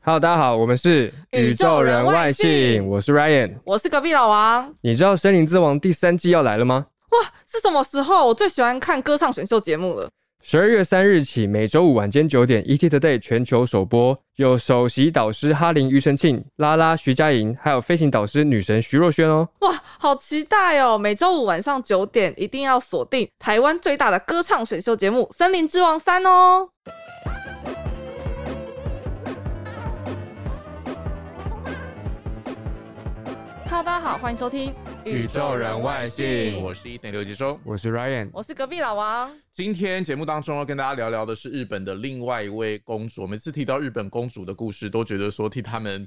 Hello，大家好，我们是宇宙人外星我是 Ryan。我是隔壁老王。你知道《森林之王》第三季要来了吗？哇，是什么时候？我最喜欢看歌唱选秀节目了。十二月三日起，每周五晚间九点，ET Today 全球首播，有首席导师哈林、庾澄庆、拉拉、徐佳莹，还有飞行导师女神徐若瑄哦。哇，好期待哦！每周五晚上九点一定要锁定台湾最大的歌唱选秀节目《森林之王三》哦。Hello，大家好，欢迎收听宇宙人外星我我是是一点六接收。我是 Ryan，我是隔壁老王。今天节目当中要跟大家聊聊的是日本的另外一位公主。我每次提到日本公主的故事，都觉得说替他们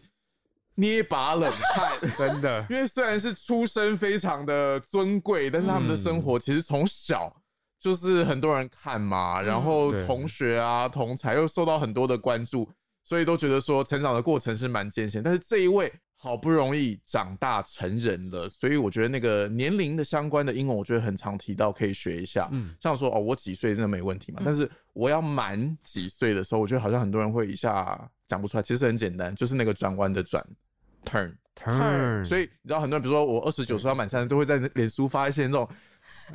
捏把冷汗，真的因为虽然是出身非常的尊贵，但是他们的生嗯活其实从小就是很多人看嘛，然嗯后对同学啊、同才又受到很多的关注，所以都觉得说成长的过程是蛮艰险。但是这一位好不容易长大成人了，所以我觉得那个年龄的相关的英文，我觉得很常提到，可以学一下。嗯像说哦，我几岁那没问题嘛，但是我要满几岁的时候，我觉得好像很多人会一下讲不出来。其实很简单，就是那个转弯的转 turn。 ，Turn，所以你知道很多人，比如说我二十嗯九岁要满三十，都会在脸书发一些 那种，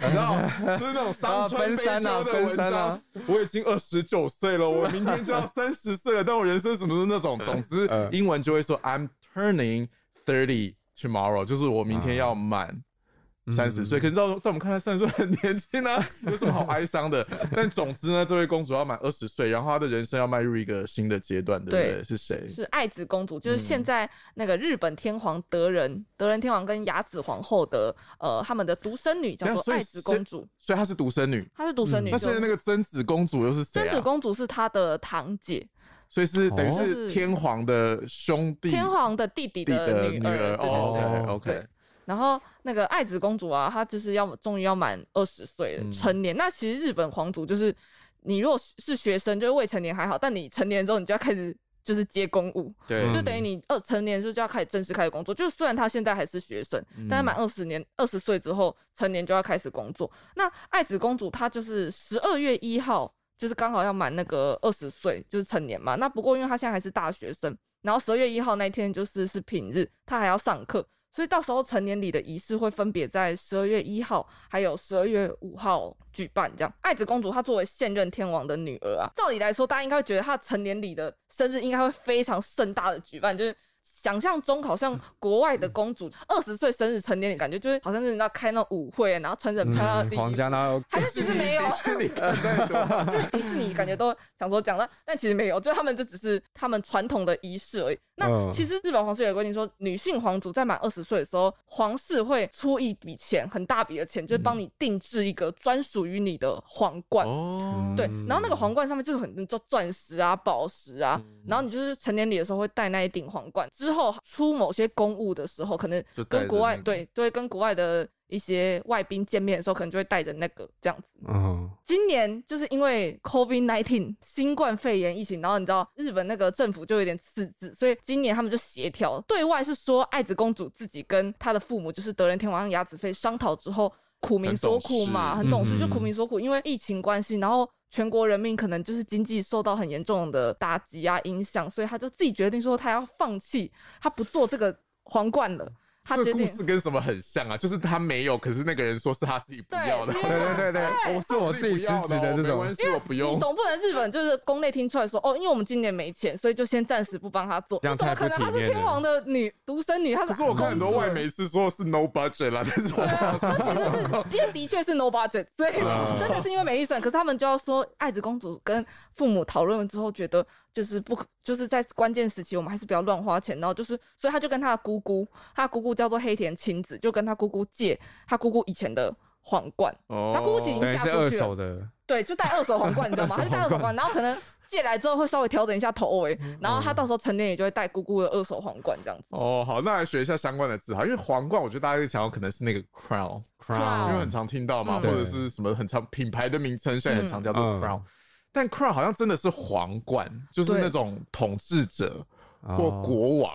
你知道，就是那种伤春悲秋啊的奔三啊文奔三章啊。我已经二十九岁了，我明天就要三十岁了，但我人生什么的那种，总之 嗯英文就会说 I'm turning thirty tomorrow，就是我明啊天要满。嗯三十岁，可是照在我们看来，三十岁很年轻啊， 有什么好哀伤的？但总之呢，这位公主要满二十岁，然后她的人生要迈入一个新的阶段，对不对对？是谁？是爱子公主，就是嗯现在那个日本天皇德仁，德仁天皇跟雅子皇后的呃他们的独生女叫等下做所以爱子公主，所以她是独生女。她是独生女。那现在那个个啊贞子公主又是谁、啊？贞子公主是她的堂姐，所以是等于哦是天皇的兄弟，天皇的弟弟弟的女女儿。对对对。哦对，OK，然后那个爱子公主啊，她就是要终于要满二十岁了，嗯成年。那其实日本皇族就是，你如果是学生，就是未成年还好，但你成年之后，你就要开始就是接公务，对，就等于你二成年之后就要开始正式开始工作。就虽然他现在还是学生，但他满二十年二十岁之后成年就要开始工作。那爱子公主她就是十二月一号，就是刚好要满那个二十岁，就是成年嘛。那不过因为她现在还是大学生，然后十二月一号那一天就是是平日，她还要上课。所以到时候成年礼的仪式会分别在十二月一号还有十二月五号举办。这样，爱子公主她作为现任天王的女儿啊，照理来说，大家应该会觉得她的成年礼的生日应该会非常盛大的举办，就是。想象中好像国外的公主二十岁生日成年礼，感觉就是好像是你知道开那种舞会，啊然后穿着很漂亮的礼服、嗯皇家那还是其实 没有，是你看太多， 迪士尼啊感觉都想说讲了，但其实没有，就他们就只是他们传统的仪式而已。嗯那其实日本皇室有规定说，女性皇族在满二十岁的时候，皇室会出一笔钱，很大笔的钱，就是帮你定制一个专属于你的皇冠。嗯哦，对，然后那个皇冠上面就是很多钻石啊、宝石啊，嗯然后你就是成年礼的时候会戴那一顶皇冠，之后出某些公务的时候，可能就戴跟着国外、那个对，就会跟国外的一些外宾见面的时候，可能就会带着那个这样子。嗯，今年就是因为 COVID 1 9新冠肺炎疫情，然后你知道日本那个政府就有点赤字，所以今年他们就协调，对外是说爱子公主自己跟她的父母，就是德仁天皇和雅子妃商讨之后，苦民所苦嘛，很很懂事，嗯就苦民所苦，因为疫情关系，然后。全国人民可能就是经济受到很严重的打击啊影响，所以他就自己决定说他要放弃，他不做这个皇冠了。他这决个故定事跟什么很像啊？就是他没有，可是那个人说是他自己不要的，对对是因为对对对，我是我哎自己辞职的这哦没种关，系，我不你用。总不能日本就是宫内听出来说哦，因为我们今年没钱，所以就先暂时不帮他做。这样怎么可能？太她不体是面了天皇的女独生女，她可是是我看很多外媒是说是 no budget 啦，但是我对啊，而且 就是因为的确是 no budget，所以啊真的是因为没预算。可是他们就要说，爱子公主跟父母讨论了之后，觉得就是不可，就是在关键时期，我们还是不要乱花钱。然后就是，所以她就跟她的姑姑，她的姑姑叫做黑田晴子，就跟她姑姑借她姑姑以前的皇冠。哦她姑姑其实已经对，嫁是出二去了手，的，对，就戴二手皇冠，你知 道吗？他就戴二手皇冠，然后可能借来之后会稍微调整一下头围，嗯然后他到时候成年也就会戴姑姑的二手皇冠这样子。哦，好，那来学一下相关的字哈，因为皇冠，我觉得大家想要可能是那个 crown， Crown 哦因为很常听到嘛，嗯或者是什么很常品牌的名称，现在很常叫做嗯 crown，、但 crown 好像真的是皇冠，就是对那种统治者或哦国王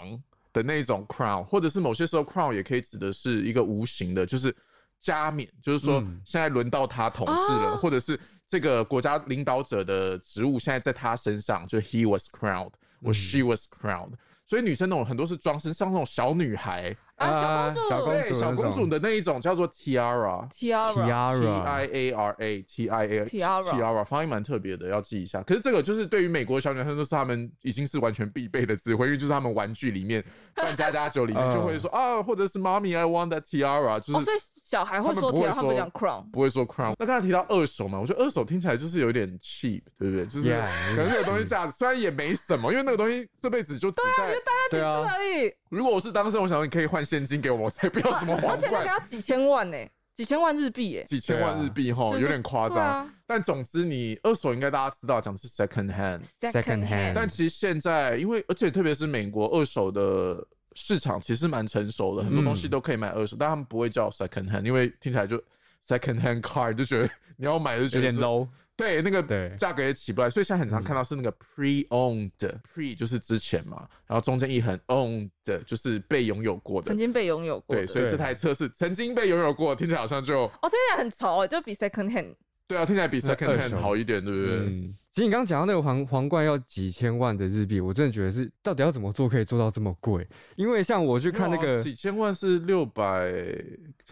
的那种 crown，、或者是某些时候 crown 也可以指的是一个无形的，就是加冕，就是说嗯现在轮到他统治了，哦或者是这个国家领导者的职务现在在他身上，就 he was crowned。我 she was crowned。所以女生那种很多是装饰，像那种小女孩，啊，小公啊主，小公对，主小公主的那一种叫做 tiara。 Tiara， T 啊 I A R A T I A Tiara Tiara 发音蛮特别的，要记一下。可是这个就是对于美国小女生，就是他们已经是完全必备的词汇，因为就是他们玩具里面、扮家家酒里面就会 说啊，或者是 Mommy I want that tiara，就哦，是所以小孩会说他们不会 Tiara，他们说讲 Crown，不会说 crown。那刚才提到二手嘛，我觉得二手听起来就是有点 cheap，对不对？就是 Yeah，可能这个东西价值虽然也没什么，因为那个东西这辈子就只在。对啊，所以如果我是当事人，我想说你可以换现金给我，我才不要什么而皇且那个冠。要几千万呢，几千万日币耶，几千万日币哈，就是有点夸对张啊。但总之，你二手应该大家知道，讲的是 second hand。啊 Second hand 但其实现在，因为而且特别是美国二手的市场其实蛮成熟的，很多东嗯西都可以买二手，但他们不会叫 second hand，因为听起来就 second hand car 就觉得你要买就觉有得点是 low，对，那对嗯个价格也起不来，所以现在很常看到是那个 pre owned，pre 就是之前嘛，然后中间一横 owned 就是被拥有过的曾，经被拥有过对，的，所以对这台车是曾经被拥有过，听起来好像就哦，听起来很潮耶，就比 Second Hand 对啊，听起来比 second 二手 hand 好一点，对不对？嗯。其实你刚刚讲到那个皇皇冠要几千万的日币，我真的觉得是到底要怎么做可以做到这么贵？因为像我去看那没有啊个几千万是六百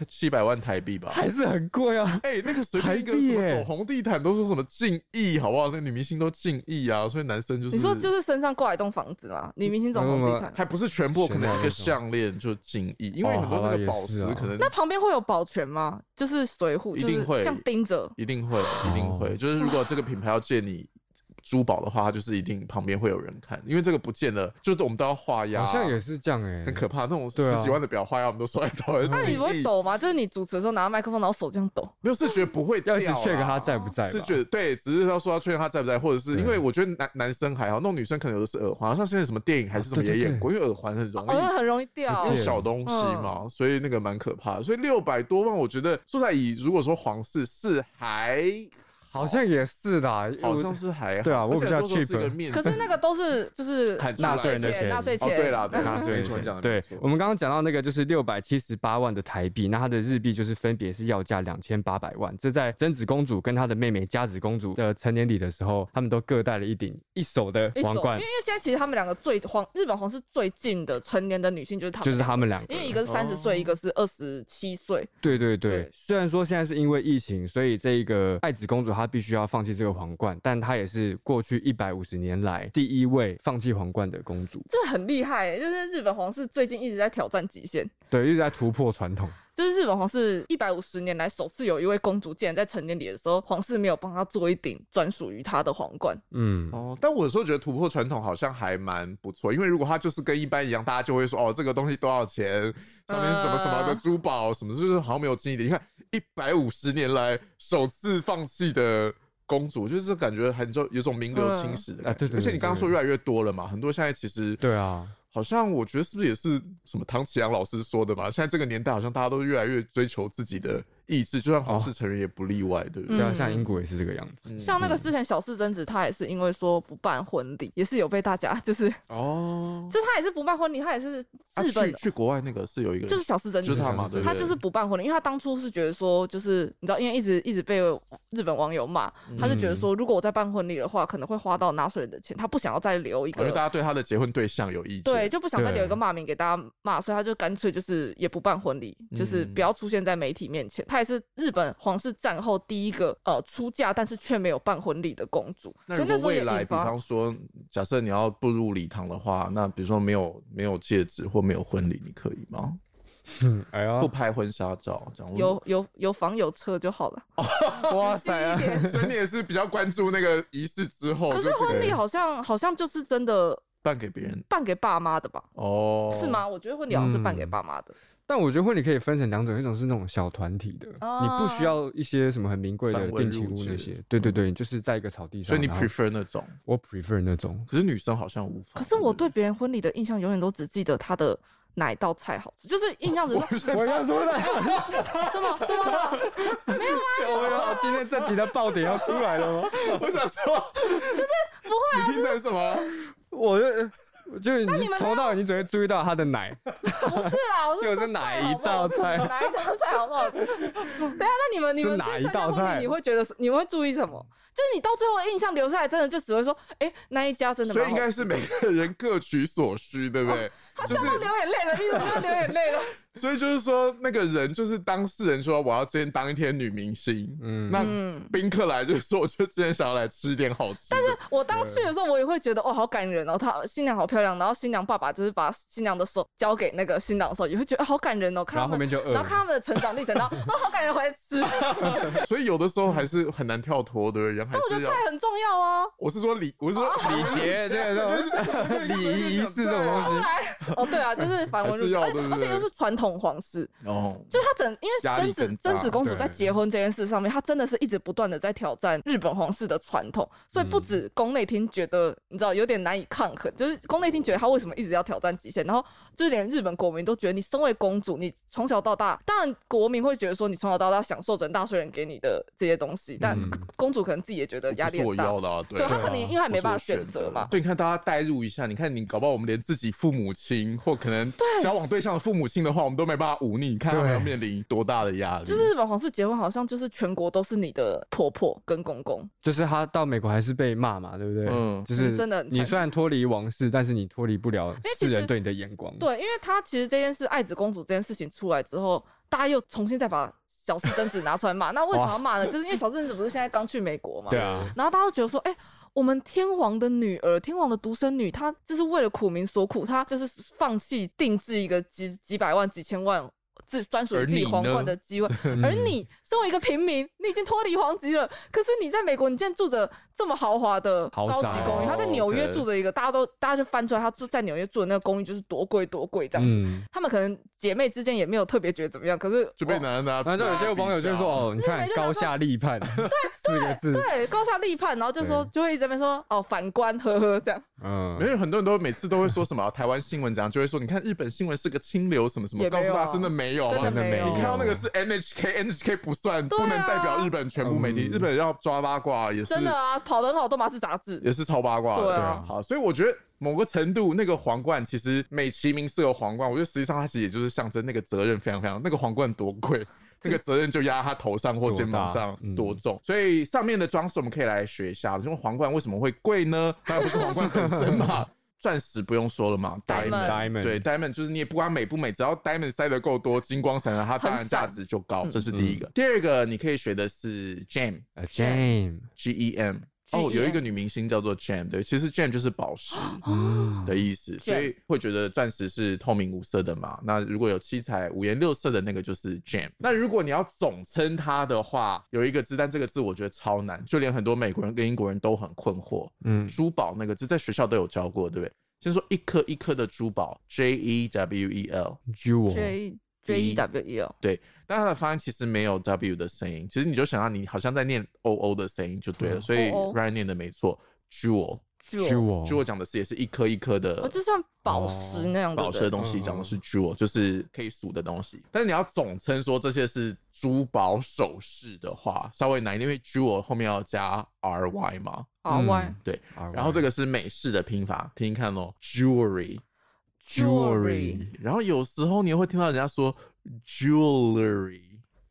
七百万台币吧？还是很贵啊，哎、那个随便一个台币什么耶走红地毯都说什么敬意，好不好？那女明星都敬意啊，所以男生就是你说就是身上挂一栋房子嘛，女明星走没有红没有地毯，还不是全部，是可能吗一个项链就敬意，因为哦很多好啦那个宝也石是啊可能那旁边会有保全吗？就是随护，一就定是会这样盯着。一定会，一定哦会。就是如果这个品牌要借你珠宝的话，它就是一定旁边会有人看，因为这个不见了，就是我们都要画押，好像也是这样哎、很可怕。那种对啊十几万的表画押，我们都收在头上。那你不敬会意？抖吗？就是你主持的时候拿麦克风，然后手这样抖。没有，是觉得不会掉啊要啦，一直 check 他在不在吧，是觉得对，只是要说要确认他在不在，或者是对因为我觉得男男生还好，那种女生可能有的是耳环，像现在什么电影还是什么啊对也对演过，因为耳环很容易哦，。嗯很容易掉不是见小东西嘛，所以那个蛮可怕的。所以六百多万，我觉得说在以如果说皇室是还好像也是啦，好像我是还好对啊我而且比较多数是 cheap 一个面子可是那个都是就是看出来纳税人的钱纳税哦钱。对啦对啦纳税没错你钱。讲得对没错，我们刚刚讲到那个就是六百七十八万的台币，那它的日币就是分别是要价两千八百万。这在贞子公主跟她的妹妹佳子公主的成年礼的时候，她们都各戴了一顶一手的一皇手因为因冠为，现在其实他们两个最皇日本皇室最近的成年的女性就是他们，就是她们两个因为。一个是三十岁，一个是二十七岁，对对对对，虽然说现在是因为疫情，所以这一个爱子公主她必须要放弃这个皇冠，但她也是过去一百五十年来第一位放弃皇冠的公主，这很厉害、欸就是日本皇室最近一直在挑战极限，对，一直在突破传统。就是日本皇室一百五十年来首次有一位公主竟然在成年礼的时候，皇室没有帮她做一顶专属于她的皇冠。嗯，哦。但我有时候觉得突破传统好像还蛮不错，因为如果它就是跟一般一样，大家就会说哦，这个东西多少钱，上面是什么什么的嗯珠宝，什么就是好像没有记忆点。你看一百五十年来首次放弃的。公主就是感觉很就有种名流青史的嗯感觉，啊对对对而且你刚刚说对越来越多了嘛，很多现在其实对啊，好像我觉得是不是也是什么唐启阳老师说的嘛？现在这个年代好像大家都越来越追求自己的意志，就算皇哦室成员也不例外，对不对？对啊，嗯像英国也是这个样子。嗯像那个之前小四贞子，她也是因为说不办婚礼，也是有被大家 就是，哦，就是她也是不办婚礼，她也是啊日本去去国外那个是有一个人，就是小四真就是子他小嘛，四对不对？他就是不办婚礼，因为他当初是觉得说，就是你知道，因为一直一直被日本网友骂，他就觉得嗯说，如果我再办婚礼的话，可能会花到纳税人的钱，他不想要再留一哦因为大个，家对他的结婚对象有意见，呃对，，就不想再留一个对骂名给大家骂，所以他就干脆就是也不办婚礼，就是嗯不要出现在媒体面前。她也是日本皇室战后第一个呃出嫁，但是却没有办婚礼的公主，那所如以那时果候也未引来，比发方说，假设你要步入礼堂的话，那比如说没有没有戒指或没有婚礼，你可以吗？嗯，哎呀不，拍婚纱照，这样啊有有有房有车就好了。哇啊实际一点所以你也是比较关注那个仪式之后，可哦就是这个婚礼好像好像就是真的办给别人办给爸妈的吧？哦，嗯是？吗？我觉得婚礼好像是办给爸妈的。 但我觉得婚礼可以分成两种，一种是那种小团体的，哦你不需要一些什么很名贵的范围定期入屋那制些，对对对，你就是在一个草地上。所以你然后 prefer 那种，我 prefer 那 种，可是女生好像无法。可是我对对别人婚礼的印象永远都只记得他的哪一道菜好吃，就是印 象只是不对，我要说的，什么 什么， 我要今天这集的爆点要出来了吗？啊我想说，就是不会、你听成什么？我就 就是你你们从头到尾你只会注意到他的奶，不是啦，我就是说哪菜好一不好道菜啊吃哪一道菜好不好 吃？对啊，那你们你是们哪去一参加道婚礼菜你会觉得是你们会注意什么？就是你到最后的印象留下来，真的就只会说，哎，那一家真的所蛮以好吃的。哦应该是每个人各取所需，对不对？他就笑到是流眼泪了，一直都流眼 泪了。所以就是说，那个人就是当事人说我要今天当一天女明星，嗯，那嗯宾客来就是说，我就今天想要来吃一点好吃的。但是 我当去的时候，我也会觉得哇，好感人哦，她新娘好漂亮。然后新娘爸爸就是把新娘的手交给那个新郎的时候，也会觉得啊好感人哦，看然他后后们，面就饿然后看了，他们的成长历程，然后哦，好感人，回来 吃。但所以有的时候还是很难跳脱的，人还我觉得哦是要菜。很重要哦。我是说礼，我是说礼 节这种礼仪仪式这种东西，哦，对啊，就是繁文还是缛节，要而对不而且对又是传统皇室，哦，就是她整，因压为力贞更子大贞子公主在对结婚这件事上面，她真的是一直不断的在挑战日本皇室的传统，所以不嗯止宫内厅觉得你知道有点难以抗衡，就是宫内厅觉得她为什么一直要挑战极限，然后就连日本国民都觉得你身为公主，你从小到大，当然国民会觉得说你从小到大享受着纳税人给你的这些东西，但嗯公主可能自己也觉得压力不是很大。我要的啊，对对啊她对可能啊因为还不没是办我法选的择嘛，对，你看大家代入一下，你看你搞不好我们连自己父母亲或可能交往对象的父母亲的话，我们都没办法忤逆，你看他们对要面临多大的压力。就是日本皇室结婚好像就是全国都是你的婆婆跟公公，就是他到美国还是被骂嘛，对不对？嗯就是嗯真的很你惨虽然脱离王室，但是你脱离不了为其世人实对你的眼光。对，因为她其实这件事爱子公主这件事情出来之后，大家又重新再把小四贞子拿出来骂，那为什么要骂呢？就是因为小四贞子不是现在刚去美国 嘛，对啊，然后大家都觉得说，哎、我们天皇的女儿，天皇的独生女，她就是为了苦民所苦，她就是放弃定制一个几几百万、几千万自专属于自己皇冠的 机会。而你身为一个平民，你已经脱离皇籍了，可是你在美国，你竟然住着这么豪华的豪高级宅公寓，她在哦纽约，OK 住着一个，大家都大家就翻出来，她住在纽约住的那个公寓就是多贵多贵这样子。嗯，她们可能姐妹之间也没有特别觉得怎么样，可是就被哇男人嗯拿。然后就有些啊网友就说：“哦，你看就高下立判， 四个字，哦对高下立判，然后就说就会这边说哦反观呵呵这样。嗯没，有很多人都每次都会说什么、啊、台湾新闻怎样，就会说你看日本新闻是个清流什么什么，也没告诉有大啊家真的没有啊，真的没有啊你看到那个是 NHK，NHK 不算，不能代表日本全部媒体，嗯日本要抓八卦也是真的啊，跑得很好，都马是杂志。也是超八卦的。对啊好，所以我觉得某个程度，那个皇冠其实美其名是个皇冠，我觉得实际上它其实也就是象征那个责任非常非常，那个皇冠多贵。 这个责任就压他头上或肩膀上多大嗯多重，所以上面的装饰我们可以来学一下。因为皇冠为什么会贵呢？当然不是皇冠本 身嘛，钻石不用说了嘛 Diamond Diamond 对 diamond 就是你也不管美不美，只要 diamond 塞得够多，金光闪闪，它当然很闪价值就嗯高。这是第一个。第二个你可以学的是 gem， A Jane， G E M。哦，啊 GEM 有一个女明星叫做 Gem，对，其实 Gem 就是宝石啊哦的意思，所以会觉得钻石是透明无色的嘛。那如果有七彩五颜六色的那个就是 Gem。那如果你要总称它的话，有一个字，但这个字我觉得超难，就连很多美国人跟英国人都很困惑。嗯，珠宝那个字在学校都有教过，对不对？先说一颗一颗的珠宝，J E W E L， jewel， J J E W E 哦，但它的发音其实没有 W 的声音，其实你就想到你好像在念 O O 的声音就对了，所以 OO Ryan 念的没错，Jewel。 jewel， jewel 讲的是也是一颗一颗的，哦，就像宝石那样宝的石的东嗯西，讲的是 jewel，就是可以数的东西。但是你要总称说这些是珠宝首饰的话，稍微难一点，因为 jewel 后面要加 r y 嘛。 R Y 嗯对， Alright 然后这个是美式的拼法，听听看哦，jewelry。 jewelry，然后有时候你会听到人家说 jewelry。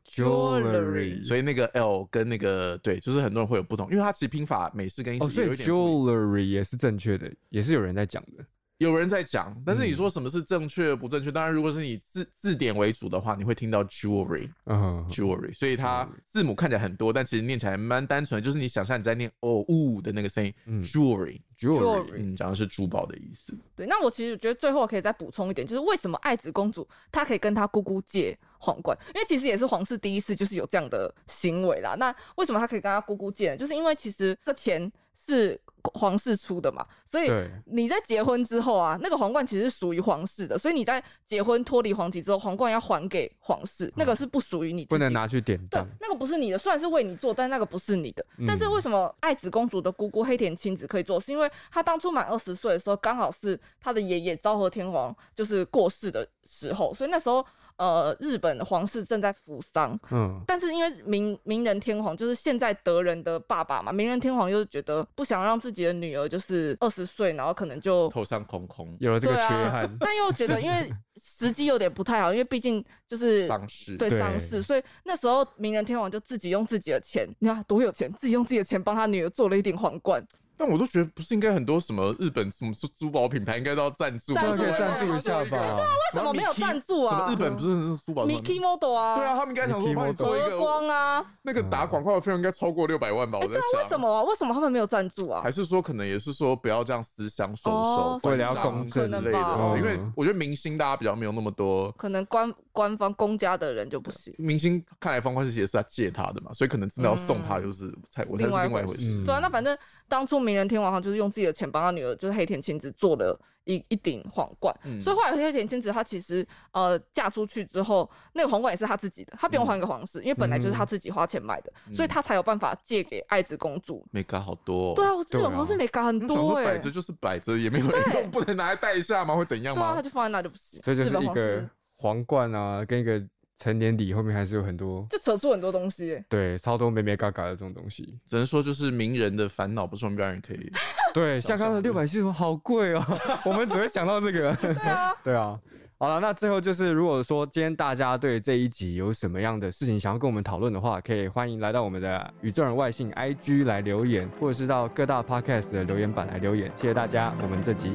jewelry，所以那个 L 跟那个对，就是很多人会有不同，因为它其实拼法美式跟英哦，式所以有一点不一样 jewelry 也是正确的，也是有人在讲的。有人在讲，但是你嗯说什么是正确不正确？当然，如果是以字字典为主的话，你会听到 jewelry 嗯， jewelry，所以它字母看起来很多，但其实念起来蛮单纯的，就是你想象你在念哦呜的那个声音嗯，jewelry， jewelry， jewelry 嗯，讲的是珠宝的意思。对，那我其实觉得最后可以再补充一点，就是为什么爱子公主她可以跟她姑姑借皇冠，因为其实也是皇室第一次就是有这样的行为啦。那为什么她可以跟她姑姑借呢？就是因为其实这个钱是皇室出的嘛，所以对你在结婚之后啊，那个皇冠其实是属于皇室的，所以你在结婚脱离皇籍之后，皇冠要还给皇室，那个是不属于你自嗯己不的能拿去典对当。，那个不是你的，虽然是为你做，但那个不是你的。但是嗯为什么爱子公主的姑姑黑田清子可以做？是因为她当初满二十岁的时候，刚好是她的爷爷昭和天皇就是过世的时候，所以那时候呃日本皇室正在扶丧，嗯但是因为明明仁天皇就是现在德仁的爸爸嘛，明仁天皇就是觉得不想让自己的女儿就是二十岁，然后可能就头上空空，有了这个对缺啊憾， 但又觉得因为时机有点不太好，因为毕竟就是丧事。对对丧事，所以那时候明仁天皇就自己用自己的钱，你看多有钱，自己用自己的钱帮他女儿做了一顶皇冠，但我都觉得不是应该很多什么日本什么珠宝品牌应该都要赞助吗，这赞样助可以啊赞助一下吧。为什么没有赞助什么啊？日本不是那珠宝什么 Mickey Model 啊，对啊，他们应该想说 Mickey 帮你做一和个光啊，那个打广告的费用应该超过六百万吧？我在想为什么啊？为什么他们没有赞助啊还？是说可能也是说不要这样私相授哦受，为了要官商公之正类可能吧的，因为我觉得明星大家比较没有那么多。可能官官方公家的人就不行。明星看来方冠是也是他借他的嘛，所以可能真的要送他，嗯就是才我才是另外一回事。嗯对啊，那反正当初明仁天皇他就是用自己的钱帮他女儿，就是黑田清子做了一一顶皇冠，嗯所以后来黑田清子她其实呃嫁出去之后，那个皇冠也是她自己的，她不嗯用还给皇室，因为本来就是她自己花钱买的，所以她才有办法借给爱子公主。没搞好多、哦，对啊，我这对啊本皇室没搞很我想说多哎、摆着就是摆着，也没有人用，不能拿来戴一下吗？会怎样对啊，吗她？就放在那就不行。所以就日是本一皇个室皇冠啊，跟一个成年礼后面还是有很多就扯出很多东西、欸，对超多美美嘎嘎的这种东西。只能说就是名人的烦恼，不是我们表演可以。 对，想像刚象才力六百四十好贵哦， 我们只会想到这个。 对啊， 对啊，好了，那最后就是，如果说今天大家对这一集有什么样的事情想要跟我们讨论的话，可以欢迎来到我们的宇宙人外信 IG 来留言，或者是到各大 podcast 的留言板来留言。谢谢大家，我们这集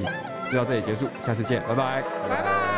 就到这里结束，下次见，拜拜，拜拜拜。